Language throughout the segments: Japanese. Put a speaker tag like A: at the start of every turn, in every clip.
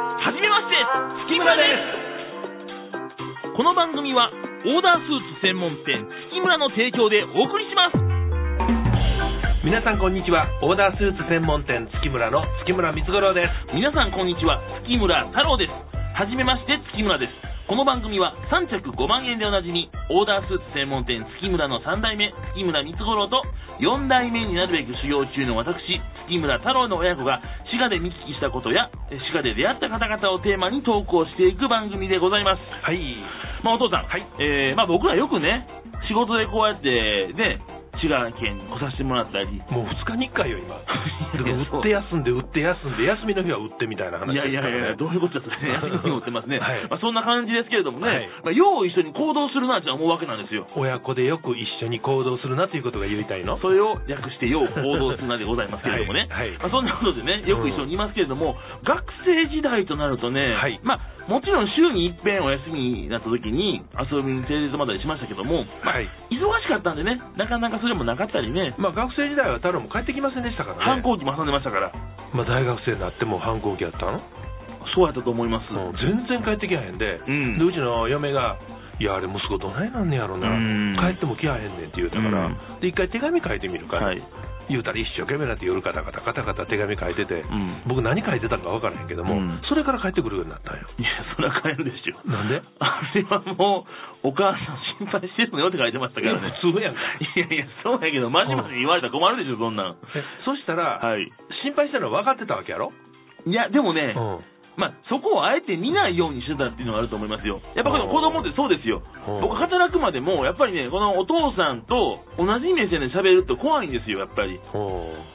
A: まして月村ですこの番組はオーダースーツ専門店月村の提供でお送りします
B: 皆さんこんにちはオーダースーツ専門店月村の月村光五郎です
A: 皆さんこんにちは月村太郎ですはじめまして月村ですこの番組は3着5万円でおなじみオーダースーツ専門店月村の3代目月村光五郎と4代目になるべく修行中の私月村太郎の親子が滋賀で見聞きしたことや滋賀で出会った方々をテーマに投稿していく番組でございます
B: はい
A: まあ、お父さん、
B: はい
A: えーまあ、僕らよくね仕事でこうやってね滋賀県に来させてもら ったり
B: もう2日に1回よ今だから
A: そう
B: 売って休んで売って休んで休みの日は売ってみたいな話
A: いやいやいやいや、
B: ですか
A: ど
B: らね
A: ういうことだ それ、やってってますね、
B: はい
A: まあ、そんな感じですけれどもね、
B: はい
A: まあ、よう一緒に行動するなとは思うわけなんですよ、
B: 親子でよく一緒に行動するなということが言いたいの
A: それを略してよう行動するなでございますけれどもね、
B: はいはい
A: まあ、そんなことでね、よく一緒にいますけれども、学生時代となるとね、
B: はい
A: まあ、もちろん週に一遍お休みになった時に、遊びに連れてまたりしましたけども、
B: はい
A: 忙しかったんでね、なかなかそれもなかったりね、
B: まあ学生時代は太郎も帰ってきませんでしたからね
A: 反抗期も挟んでましたから、
B: まあ大学生になっても反抗期やったの、
A: そうやったと思います。
B: うん全然帰ってきやへんで、
A: うん
B: でうちの嫁が「いやあれ息子どないなんねやろな、
A: うん
B: 帰っても来やへんねん」って言うたから、
A: うん
B: で一回手紙書いてみるから、
A: はい
B: 言うたら一生懸命なって夜カタカタカタカタ手紙書いてて、
A: ん
B: 僕何書いてたんか分からへんけども、
A: うん
B: それから帰ってくるようになったんよ
A: いや、それは帰るでしょ。
B: なんで
A: あれはもう、お母さん心配してるのよって書いてましたからね。
B: 普通やんか
A: いやいや、そうやけど、マジマジ言われたら困るでしょ、そんなん。
B: えそしたら、
A: はい。
B: 心配したのは分かってたわけやろ、
A: いや、でも
B: う
A: ね、
B: ん
A: まあ、そこをあえて見ないようにしてたっていうのがあると思いますよ。やっぱこの
B: うん
A: 子供ってそうですよ
B: うん。
A: 僕働くまでも、やっぱりね、このお父さんと同じ目線で喋ると怖いんですよ、やっぱり。
B: う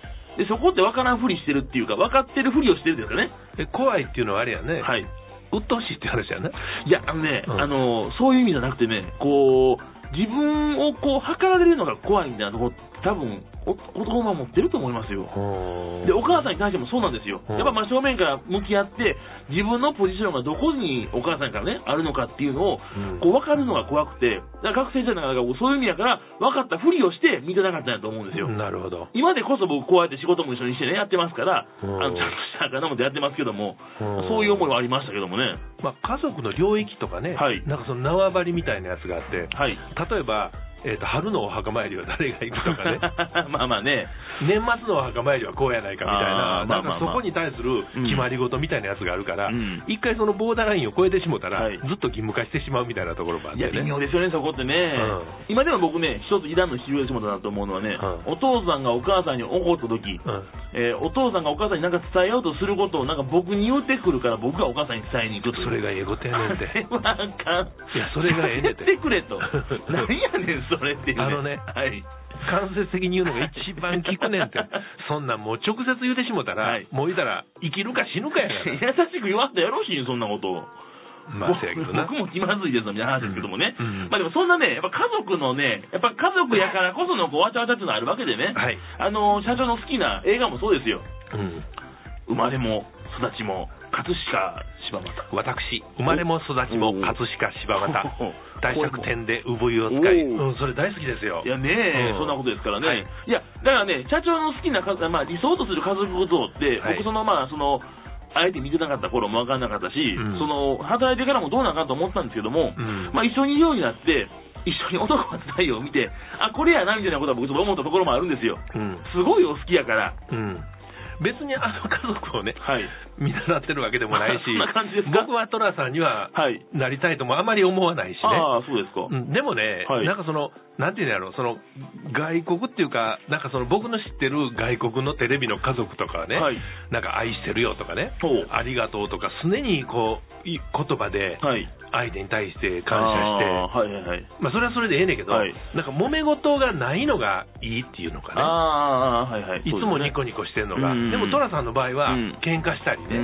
B: ん
A: で、そこって分からんふりしてるっていうか、分かってるふりをしてるんですよね。
B: え怖いっていうのはあれやね、
A: はい。
B: 鬱陶しいって話やね
A: いや、あのね、
B: うん
A: あの、そういう意味じゃなくてね、こう、自分をこう、測られるのが怖いみたいなとこ、多分、お子供は持ってると思いますよ。
B: うん
A: で、お母さんに対してもそうなんですよ。
B: うん
A: やっぱ真正面から向き合って、自分のポジションがどこにお母さんからね、あるのかっていうのを、
B: うん
A: こう、分かるのが怖くて、だから学生じゃなかなかそういう意味やから、分かったふりをして見てなかったんやと思うんですよ。
B: なるほど、
A: 今でこそ僕こうやって仕事も一緒にしてね、やってますから、あ
B: うん
A: の、ちゃんとした仲間もやってますけども、
B: うん
A: そういう思いはありましたけどもね。
B: まあ、家族の領域とかね、
A: はい
B: なんかその縄張りみたいなやつがあって、
A: はい。
B: 例えば、えー、と春のお墓参りは誰が行くとかね
A: まあまあね。
B: 年末のお墓参りはこうやないかみたい
A: あ
B: な
A: ーま
B: な
A: あ
B: ん
A: まあまあ
B: かそこに対する決まり事みたいなやつがあるから、
A: うん
B: 一回そのボーダーラインを超えてしもたら、
A: はい
B: ずっと義務化してしまうみたいなところもあっ
A: い
B: て
A: や、
B: ね
A: 微妙ですよね、そこってね。今でも僕ね、一つイランの必要でしもたなと思うのはね、
B: う
A: お父さんがお母さんに怒った時、
B: うん
A: えーお父さんがお母さんに何か伝えようとすることをなんか僕に言ってくるから僕がお母さんに伝えに行くという
B: それがええことやね ん
A: あれ
B: て
A: はあかん。
B: いやそれがええねん
A: って てくれと。何やねん、それっていう、
B: あのね
A: はい。
B: 間接的に言うのが一番効くねんってそんなんもう直接言うてしもた
A: は
B: ら、
A: い
B: もう言うたら生きるか死ぬ かや
A: 優
B: か
A: しく言わんとやろうし、そんなことを。
B: らまあせやけどな
A: 僕も気まずいですみたいな話ですけどもね、
B: うんうん
A: まあでもそんなね、やっぱ家族のね、やっぱ家族やからこそのこうわちゃわちゃっていうのあるわけでね、
B: はい
A: あの社長の好きな映画もそうですよ、
B: うん
A: 生まれも育ちも葛飾柴又。
B: 私生まれも育ちも葛飾柴又
A: おお
B: 大借天で産湯を使い、
A: お
B: うん、それ大好きですよ
A: いやねえ、
B: うん
A: そんなことですからね、
B: はい
A: い、や、だからね、社長の好きな家族、まあ、理想とする家族像って、
B: はい
A: 僕、そのまあ、その、あえて見てなかった頃も分かんなかったし、
B: ん
A: その、働いてからもどうなんかと思ったんですけども、
B: うん
A: まあ、一緒にいるようになって、一緒に男は太陽を見て、あ、これやな、みたいなことは僕、ちょっと思ったところもあるんですよ。
B: うん
A: すごいお好きやから。
B: うん別にあの家族をね、
A: はい
B: 見習ってるわけでもない し
A: そんな感じですか
B: 僕は寅さんには
A: はい
B: なりたいともあまり思わないしね、
A: ああ、そうですか。
B: うんでもね、
A: はい
B: なんかその、なんていうんだろう、その外国っていうか、なんかその僕の知ってる外国のテレビの家族とかはね、
A: はい
B: なんか愛してるよとかね
A: ほう、
B: ありがとうとか、常にこうい言葉で
A: はい。
B: 相手に対して感謝して、
A: ああはいはいはい。
B: まあ、それはそれでええねんけど、
A: はい
B: なんか揉め事がないのがいいっていうのかね。
A: ああ、はいはい。
B: いつもニ
A: 個
B: コニコしてるのが、
A: うん
B: でも寅さんの場合は
A: うん、
B: 喧嘩したりね、
A: う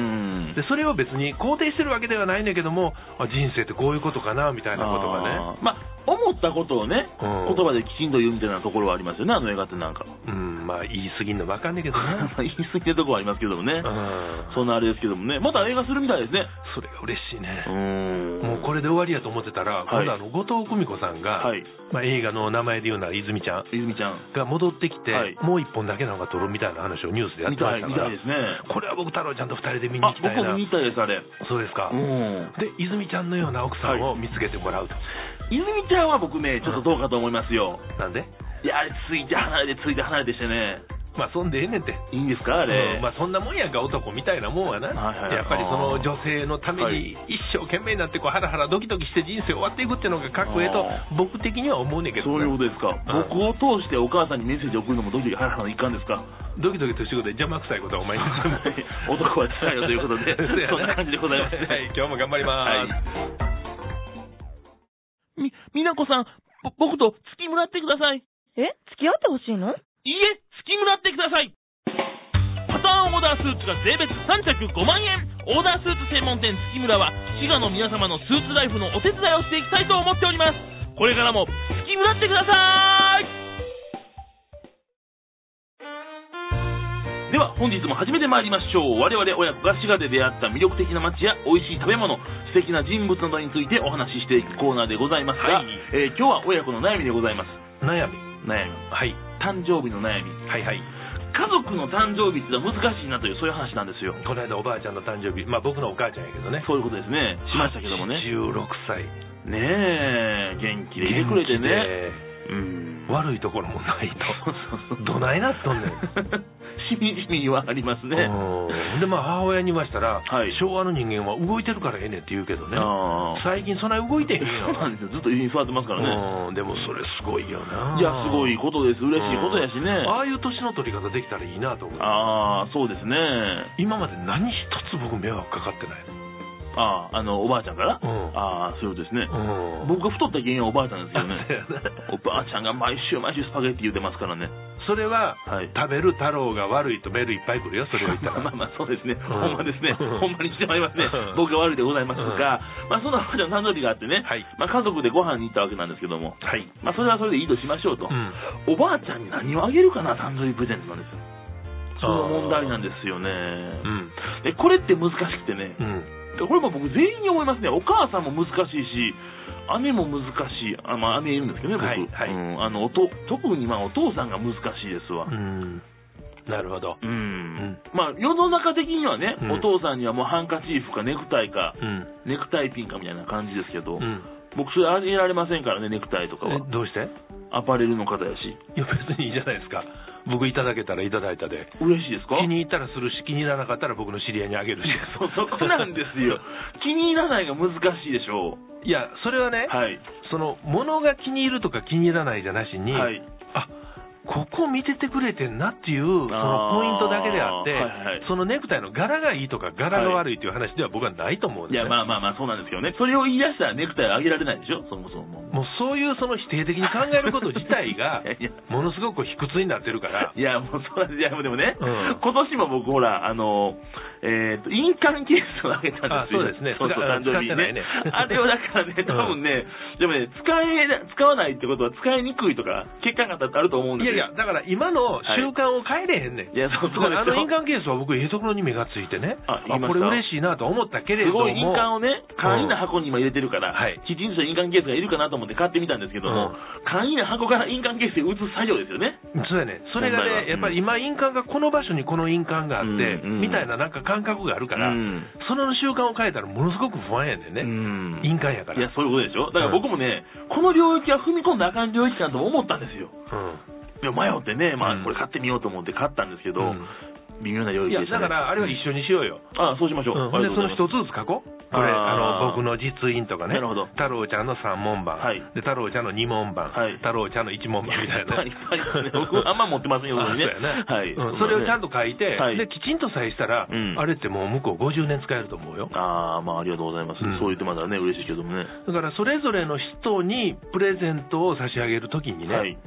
A: ん
B: で、それを別に肯定してるわけではないんだけども、あ人生ってこういうことかなみたいなことがね、
A: あーまあ、思ったことをね、
B: うん
A: 言葉できちんと言うみたいなところはありますよね、あの映画ってなんか。
B: うんまあ言い過ぎんの分かんねえけどな
A: まあ言い過ぎてるとこはありますけどもね
B: う。ん
A: そんなあれですけどもね。また映画するみたいですね。
B: それが嬉しいね
A: うー、ん。
B: もうこれで終わりやと思ってた
A: は
B: ら、
A: い
B: 今度あの後藤久美子さんが、
A: はい。
B: まあ、映画の名前で言うなら泉ちゃん
A: 泉ちゃん。
B: が戻ってきて、
A: はい
B: もう一本だけなんか撮るみたいな話をニュースでやっ
A: 見
B: てま
A: たい、
B: した
A: 見
B: か
A: た
B: ら
A: いですね。
B: これは僕太郎ちゃんと二人で見に
A: あ
B: 行き、た
A: 僕
B: いな
A: も見たいです、あれ。
B: そうですか、
A: うん。
B: で泉ちゃんのような奥さんを見つけてもらうと、
A: 泉ちゃんは僕ね、ちょっとどうかと思いますよ。
B: なんで
A: いや、あれ、ついて離れて、ついて離れてしてね。
B: まあそんでええねんて
A: いいんですか、あれ。
B: うんまあ、そんなもんやんか男みたいなもんはな、
A: はいはい
B: やっぱりその女性のために一生懸命になってこうハラハラドキドキして人生終わっていくっていうのがかっこええと
A: あ
B: 僕的には思うねんけど
A: そ
B: な
A: ういうことですか、
B: ん
A: 僕を通してお母さんにメッセージを送るのもドキドキハラハラの一環ですか、
B: ドキドキとしてくれ邪魔くさいことはお前に
A: 男はつらいよということで
B: そうや
A: そんな感じでございますね
B: はい、今日も頑張ります、
A: み、みなこさん、ぼ僕と月村ってください。
C: え付き合ってほしいの
A: いいえ、月村ってください。パターンオーダースーツが税別3着5万円。オーダースーツ専門店月村は、滋賀の皆様のスーツライフのお手伝いをしていきたいと思っております。これからも月村ってください。では本日も始めてまいりましょう我々親子が滋賀で出会った魅力的な街や美味しい食べ物素敵な人物などについてお話ししていくコーナーでございますが、
B: はい
A: えー今日は親子の悩みでございます
B: 悩み
A: 悩み
B: はい
A: 誕生日の悩み
B: はいはい
A: 家族の誕生日ってのは難しいなというそういう話なんですよ
B: この間おばあちゃんの誕生日まあ僕のお母ちゃんやけどね
A: そういうことですねしましたけどもね
B: 16歳
A: ねえ元気でいてくれてねうん
B: 元気で悪いところもないとどないなっとん ねん
A: しみじみはありますね
B: うんでまあ母親に言わしたら、
A: はい
B: 昭和の人間は動いてるからええねんって言うけどね
A: ああ
B: 最近そんな動いてへん
A: そう
B: よ
A: なんですよずっと家に座ってますからね
B: うんでもそれすごいよないい
A: やすごいことです嬉しいことやしね
B: ああいう年の取り方できたらいいなと思う
A: ああそうですね
B: 今まで何一つ僕迷惑かかってない
A: あああのおばあちゃんから
B: うん
A: ああそういうことですね
B: うん
A: 僕が太った原因はおばあちゃんですよね
B: そうやな
A: おばあちゃんが毎週毎週スパゲッティ言うてますからね
B: それは
A: はい
B: 食べる太郎が悪いとメールいっぱい来るよそれを言った
A: まあまあ
B: ら
A: まあそうですね、
B: ん
A: ほんまですね、
B: うん
A: ほんまにしてまいりますね
B: うん、
A: 僕が悪いでございますが、まあそんなおばあちゃんの誕生日があってね、
B: はい
A: まあ家族でご飯に行ったわけなんですけども、
B: はい
A: まあそれはそれでいいとしましょうと、
B: うん
A: おばあちゃんに何をあげるかな、誕生日プレゼントなんですよ。その問題なんですよね。
B: うん
A: で、これって難しくてね、
B: うん
A: でこれも僕全員に思いますね、お母さんも難しいし、姉も難しい、あまあ姉いるんですけどね、僕、
B: はいはい
A: うんあのおと特にまあお父さんが難しいですわ。
B: うんなるほど
A: うん
B: ん
A: まあ世の中的にはね、
B: うん
A: お父さんにはもうハンカチーフかネクタイか、
B: うん
A: ネクタイピンかみたいな感じですけど、
B: うん
A: 僕それあげられませんからね、ネクタイとかは。
B: えどうして
A: アパレルの方やし。
B: いや別にいいじゃないですか僕いただけたらいただいたで
A: 嬉しいですか
B: 気に入ったらするし気に入らなかったら僕の知り合いにあげるし
A: そう そこなんです よ。気に入らないが難しいでしょう。
B: いやそれはね、
A: はい。
B: その物が気に入るとか気に入らないじゃなしに、
A: はい。
B: あここ見ててくれてんなっていうそのポイントだけであって
A: あーはいはい
B: そのネクタイの柄がいいとか柄が悪いっていう話では僕はないと思うん
A: い
B: です、
A: や、
B: ね
A: まあまあまあ、そうなんですけどね。それを言い出したらネクタイあげられないでしょ、そもそも。
B: もうそういうその否定的に考えること自体 が
A: いやいや
B: ものすごく卑屈になってるから
A: いや、もうそうなんですいや、でもね、
B: うん
A: 今年も僕、ほら、あの、えっ、と、印鑑ケースをあげたんですよ。
B: あそうですね
A: そうそう、
B: 使
A: 誕生日にね。
B: 使ってないね
A: あれをだから ね、多分ね、でもね、使えな、使わないってことは使いにくいとか、欠陥があると思うんで
B: い
A: す
B: やい
A: よ。
B: やだから今の習慣を変えれへんねん、
A: いやそうそう
B: だからあ
A: です
B: の
A: よ
B: 印鑑ケースは僕ええところに目がついてね
A: あ言いま
B: こ
A: した
B: れ嬉しいなと思ったけれ
A: す
B: ども
A: ごい印鑑をね、簡易な箱に今入れてるから、
B: はい
A: きちんとした印鑑ケースがいるかなと思って買ってみたんですけども、
B: うん
A: 簡易な箱から印鑑ケースで打つ作業ですよね。
B: そうやねそれが
A: 問題はうん
B: ねやっぱり今印鑑がこの場所にこの印鑑があって、
A: うんうん
B: みたいななんか感覚があるから、
A: うん
B: その習慣を変えたらものすごく不安やねんね、
A: うん
B: 印鑑やから
A: いや、そういうことでしょ。だから僕もね、この領域は踏み込んだらあかん領域だと思ったんですよ。いや迷ってね、ま
B: う
A: あ、
B: ん
A: これ買ってみようと思って買ったんですけど、
B: うん
A: 微妙な領
B: うんい
A: 域で
B: や
A: し
B: だ
A: た、ね、
B: からあれは一緒にしようよ、
A: あそうしましょう、
B: うんほんでその一
A: つ
B: つずつ書こうこれ
A: あー
B: あの僕の実印とかね
A: なるほど
B: 太郎ちゃんの3問番、
A: はい
B: で太郎ちゃんの2問番、
A: はい
B: 太郎ちゃんの1問番みたいな、
A: 僕 あんま持ってませんよ
B: あ
A: それね
B: そうやな
A: はい
B: うんそれをちゃんと書いて、
A: はい
B: できちんとさえしたら、
A: うん
B: あれってもう向こう50年使えると思うよ
A: ああまあありがとうございます、
B: うん
A: そう言ってまだね嬉しいけどもね
B: だからそれぞれの人にプレゼントを差し上げるときにね、
A: はい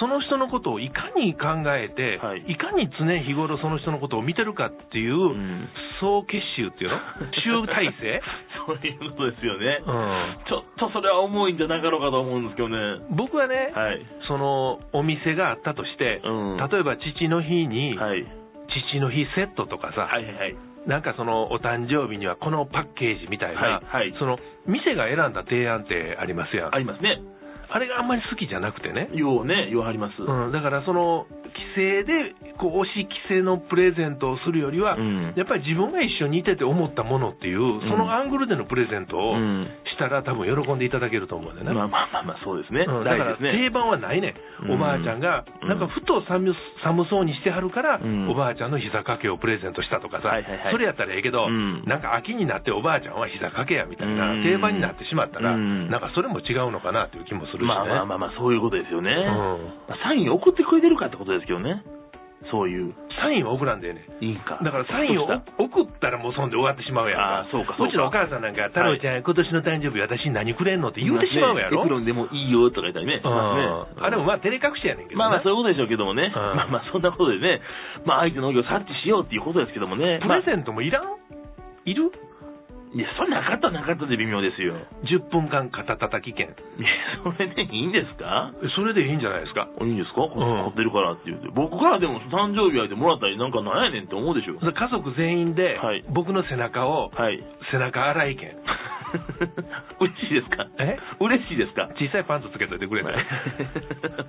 B: その人のことをいかに考えて、
A: はい
B: い、かに常日頃その人のことを見てるかっていう、
A: ん
B: 総結集っていうの集大 成
A: そういうことですよね、
B: うん
A: ちょっとそれは重いんじゃなかろうかと思うんですけどね
B: 僕はね、
A: はい
B: そのお店があったとして、
A: うん
B: 例えば父の日に、
A: はい
B: 父の日セットとかさ、
A: はいはいはい
B: なんかそのお誕生日にはこのパッケージみたいな、
A: はいはい
B: その店が選んだ提案ってありますやん、
A: ありますね
B: あれがあんまり好きじゃなくてね、
A: ようねようあります、
B: うん、だからその帰省でこう推し帰省のプレゼントをするよりは、
A: うん
B: やっぱり自分が一緒にいてて思ったものっていう、そのアングルでのプレゼントを
A: うん
B: したら、多分喜んでいただけると思うんだよね。
A: まあまあまあまあそうですね、
B: うんだ
A: 大事
B: から
A: ですね
B: 定番はないね、
A: うん
B: おばあちゃんが、
A: うん
B: なんかふと寒寒そうにしてはるから、
A: うん
B: おばあちゃんの膝掛けをプレゼントしたとかさ、
A: はいはいはい
B: それやったらええけど、
A: うん
B: なんか秋になっておばあちゃんは膝掛けやみたいな、
A: うん
B: 定番になってしまったら、
A: うん
B: なんかそれも違うのかなという気もするしね。
A: まあまあまあまあそういうことですよね、
B: うん
A: まあサイン送ってくれてるかってことですけどねそういう
B: サインは送らんでええねん
A: いいか
B: だからサインを
A: どうし
B: 送ったらもうそんで終わってしまうやん
A: あーそうかそうか
B: ちのお母さんなんか、太郎ちゃん、今年の誕生日私に何くれんのって
A: た
B: 言うてしまうやろ。
A: エプロンでもいいよとか言ったりねし
B: う
A: ま
B: ん
A: すね
B: あれもまあ照れ隠しやねんけどね、
A: まあまあそういうことでしょうけどもね、
B: ん
A: まあまあそんなことでね、まあ相手の農業を察知しようっていうことですけどもね、
B: プ
A: まあ、
B: レ
A: い
B: ゼントもいらんいる
A: や、それなかったらなかったで微妙ですよ。
B: 10分間肩たたき券
A: いやそれでいいんですか
B: それでいいんじゃないですか
A: いいんですかこ
B: うん
A: 買ってるからって言って。僕からでも誕生日相手もらったりなんかなんやねんって思うでしょ。
B: それ家族全員で
A: はい
B: 僕の背中を
A: はい。
B: 背中洗い券
A: 嬉しいですか
B: え
A: 嬉しいですか
B: 小さいパンツつけといてくれない
A: も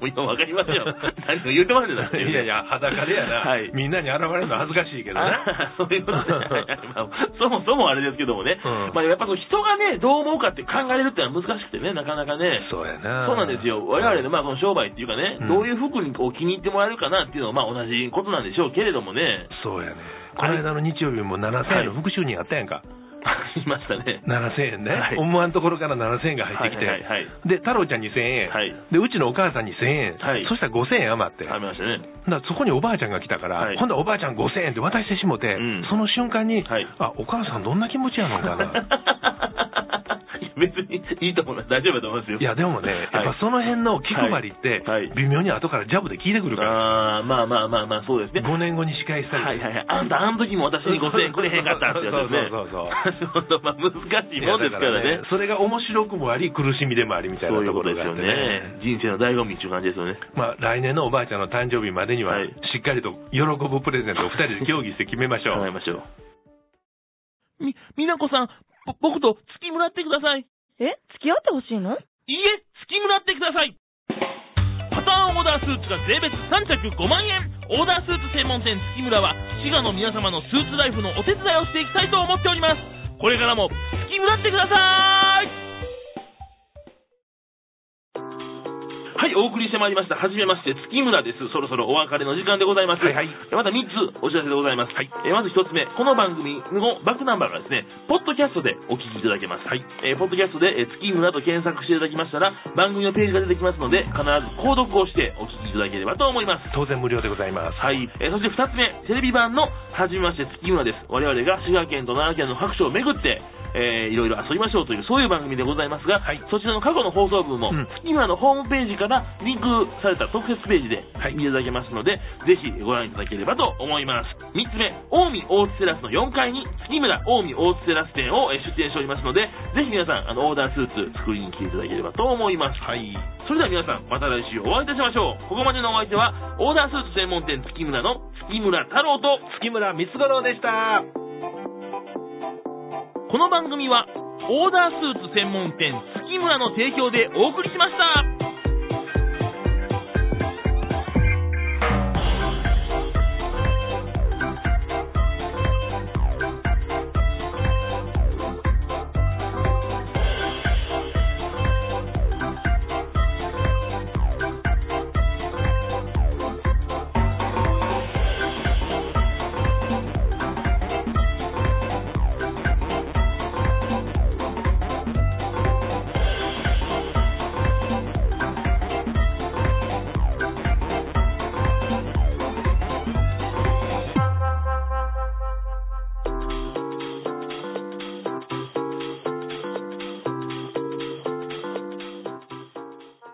A: う今わかりますよ。何を言うてますねだってね
B: いやいや裸でやな、
A: はい
B: みんなに現れるの恥ずかしいけどね
A: あそういう ことねまあそもそもあれですけどもね、
B: うん
A: まあ、やっぱその人がね、どう思うかって考えるってのは難しくてね、なかなかね。
B: そうやな
A: そうなんですよ。我々のまあこの商売っていうかね、
B: うん
A: どういう服にこう気に入ってもらえるかなっていうのはまあ同じことなんでしょうけれどもね。
B: そうやねこ
A: あ
B: の
A: れ
B: 間の日曜日も7000円の副収入あったやんか、
A: ありましたね。
B: 7000円ね、
A: はい
B: 思わんところから7000円が入ってきて、
A: はいはいはい
B: で太郎ちゃん2000円、
A: はい
B: でうちのお母さん2000円、
A: はい
B: そしたら5000円余って、
A: ありましたね。
B: だからそこにおばあちゃんが来たから、
A: はい
B: 今度はおばあちゃん5000円って渡してしもて、
A: ん
B: その瞬間に、
A: はい。
B: あお母さん、どんな気持ちやのかな
A: いや別にいいと思います。大丈夫だと思いますよ。
B: いやでもね、やっ
A: はい
B: ぱその辺の気配りって
A: はいはい、
B: 微妙に後からジャブで聞いてくるから、
A: あーまあまあまあまあ、そうですね。
B: 5年後に仕返した
A: はい
B: り
A: はいはい。あんた、あの時も私に5000円くれへんかったってやつですね。
B: そうそう
A: そうそう。まあ難しいもんですからね。
B: それが面白くもあり、苦しみでもありみたい
A: そう
B: な
A: いう
B: と
A: こ
B: こと
A: で
B: ろ
A: す
B: があ
A: よ
B: って
A: ね
B: ね。。
A: 人生の醍醐味っていう感じですよね。
B: まあ、来年のおばあちゃんの誕生日までには
A: はい、
B: しっかりと喜ぶプレゼントを2人で協議して決めましょう。
A: 考えましょう。み、みなこさん、ぼ僕と月村ってください。
C: え付き合ってほしいの
A: いいえ、月村ってください。パターンオーダースーツが税別3着5万円。オーダースーツ専門店月村は、滋賀の皆様のスーツライフのお手伝いをしていきたいと思っております。これからも月村ってください。はい、お送りしてまいりました。はじめまして、月村です。そろそろお別れの時間でございます。
B: はいはい
A: えまた3つお知らせでございます。
B: はい
A: えまず1つ目、この番組のバックナンバーがですね、ポッドキャストでお聞きいただけます。
B: はい
A: えーポッドキャストで、えー月村と検索していただきましたら、番組のページが出てきますので、必ず購読をしてお聞きいただければと思います。
B: 当然無料でございます。
A: はい。えーそして2つ目、テレビ版の、はじめまして月村です。我々が滋賀県と奈良県の各所を巡って、えーいろいろ遊びましょうという、そういう番組でございますが、
B: はい
A: そちらの過去の放送分も、
B: うん
A: 月村のホームページからリンクされた特設ページで
B: はい
A: 見ていただけますので、ぜひご覧いただければと思います。3つ目、近江大津テラスの4階に、月村近江大津テラス店をえー出店しておりますので、ぜひ皆さん、あの、オーダースーツ作りに来ていただければと思います。
B: はい。
A: それでは皆さん、また来週お会いいたしましょう。ここまでのお相手は、オーダースーツ専門店月村の月村太郎と、
B: 月村光五郎でした。
A: この番組は、オーダースーツ専門店月村の提供でお送りしました。